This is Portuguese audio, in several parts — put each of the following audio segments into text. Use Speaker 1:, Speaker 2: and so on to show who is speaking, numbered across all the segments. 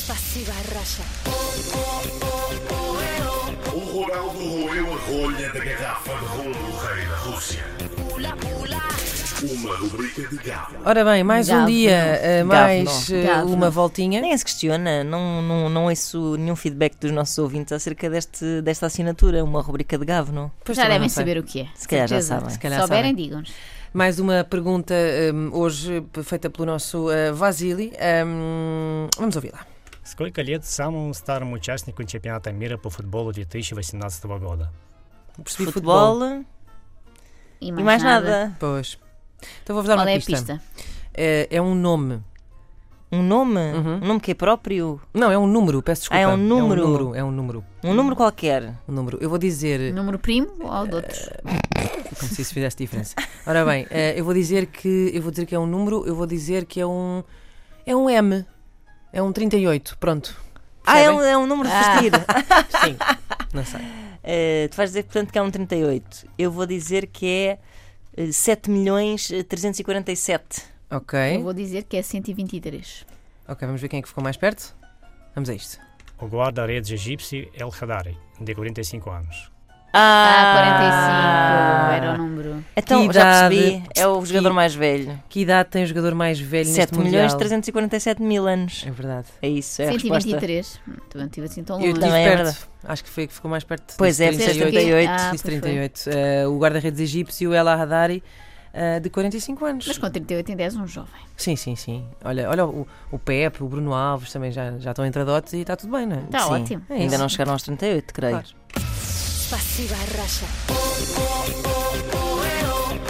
Speaker 1: Cigarrosa.
Speaker 2: O Ronaldo roeu a rolha da garrafa de rum do rei da Rússia. Uma rubrica de gado.
Speaker 3: Ora bem, mais um
Speaker 4: Gavo,
Speaker 3: dia, eh,
Speaker 4: gavo,
Speaker 3: mais eh,
Speaker 4: gavo.
Speaker 3: uma voltinha.
Speaker 5: Nem se questiona, não, não, não ouço nenhum feedback dos nossos ouvintes acerca deste, desta assinatura, uma rubrica de Gavo, não?
Speaker 3: Pois
Speaker 4: já
Speaker 3: também
Speaker 4: devem
Speaker 3: não sei.
Speaker 4: saber o que é.
Speaker 5: Se calhar já
Speaker 4: Certeza.
Speaker 5: sabem.
Speaker 4: Se
Speaker 5: Se
Speaker 3: calhar
Speaker 4: souberem,
Speaker 3: sabem.
Speaker 4: digam-nos.
Speaker 3: Mais uma pergunta hum, hoje p- feita pelo nosso eh, Vasily. Hum, vamos ouvi-la.
Speaker 6: Сколько лет самому старому участнику чемпионата мира по футболу 2018 года?
Speaker 3: Percebi
Speaker 5: Futebol,
Speaker 4: E
Speaker 5: e mais nada.
Speaker 3: Pois. Então vou-vos dar
Speaker 4: Qual
Speaker 3: uma
Speaker 4: é a
Speaker 3: pista.
Speaker 4: pista?
Speaker 3: Eh, É, um nome.
Speaker 5: Um nome? Um nome que é próprio?
Speaker 3: Não, é um número, peço desculpa.
Speaker 5: Ah, é um
Speaker 3: É
Speaker 5: número.
Speaker 3: um número, é um número.
Speaker 5: Um número qualquer.
Speaker 3: Um número. Eu vou dizer,
Speaker 4: Número primo ou de outros?
Speaker 3: como se isso fizesse diferença. Ora bem, eh, eu vou dizer que eu vou dizer que é um número, eu vou dizer que é um é um M. É um 38, pronto.
Speaker 5: Ah, é um,
Speaker 3: Percebem?
Speaker 5: é um número de vestir.
Speaker 3: Sim. Não sei.
Speaker 5: Eh, tu vais dizer, portanto, que é um 38. Eu vou dizer que é eh, 7 milhões eh, 347.
Speaker 3: OK.
Speaker 4: Eu vou dizer que é 123.
Speaker 3: Ok, vamos ver quem é que ficou mais perto. Vamos a isto.
Speaker 6: O guarda-redes egípcio El Hadari, de 45 anos.
Speaker 5: Ah!
Speaker 3: Ah,
Speaker 4: Ah, 45 era o número.
Speaker 5: Então,
Speaker 3: Que
Speaker 5: já
Speaker 3: idade?
Speaker 5: percebi, é o jogador
Speaker 3: Que-
Speaker 5: mais velho.
Speaker 3: Que idade tem o jogador mais velho
Speaker 5: 7
Speaker 3: neste
Speaker 5: milhões
Speaker 3: Mundial?
Speaker 5: 347 mil anos.
Speaker 3: É verdade.
Speaker 5: É isso, é a resposta.
Speaker 4: 123. Hum, Também estive assim tão
Speaker 3: Eu
Speaker 4: longe.
Speaker 3: estive
Speaker 5: Também é
Speaker 3: perto. Acho que foi a que ficou mais perto.
Speaker 5: Pois
Speaker 3: Disse
Speaker 5: é, fizeste
Speaker 3: 38.
Speaker 5: 38.
Speaker 4: Ah,
Speaker 3: Disse
Speaker 4: pois foi.
Speaker 3: 38. Eh, o guarda-redes egípcio, El Hadari, de 45 anos.
Speaker 4: Mas com 38 em 10, um jovem.
Speaker 3: Sim, sim, sim. Olha, olha o, o Pepe, o Bruno Alves também já, já estão entradotes e está tudo bem, não é?
Speaker 4: Está
Speaker 5: Sim,
Speaker 4: Tá ótimo.
Speaker 3: É
Speaker 5: Ainda
Speaker 3: isso.
Speaker 5: não chegaram aos 38, creio.
Speaker 3: Claro.
Speaker 1: Cigarrosa.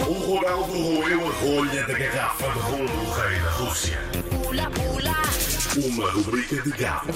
Speaker 2: O Ronaldo roeu a rolha da garrafa de rum do rei da Rússia. Uma rubrica de gado.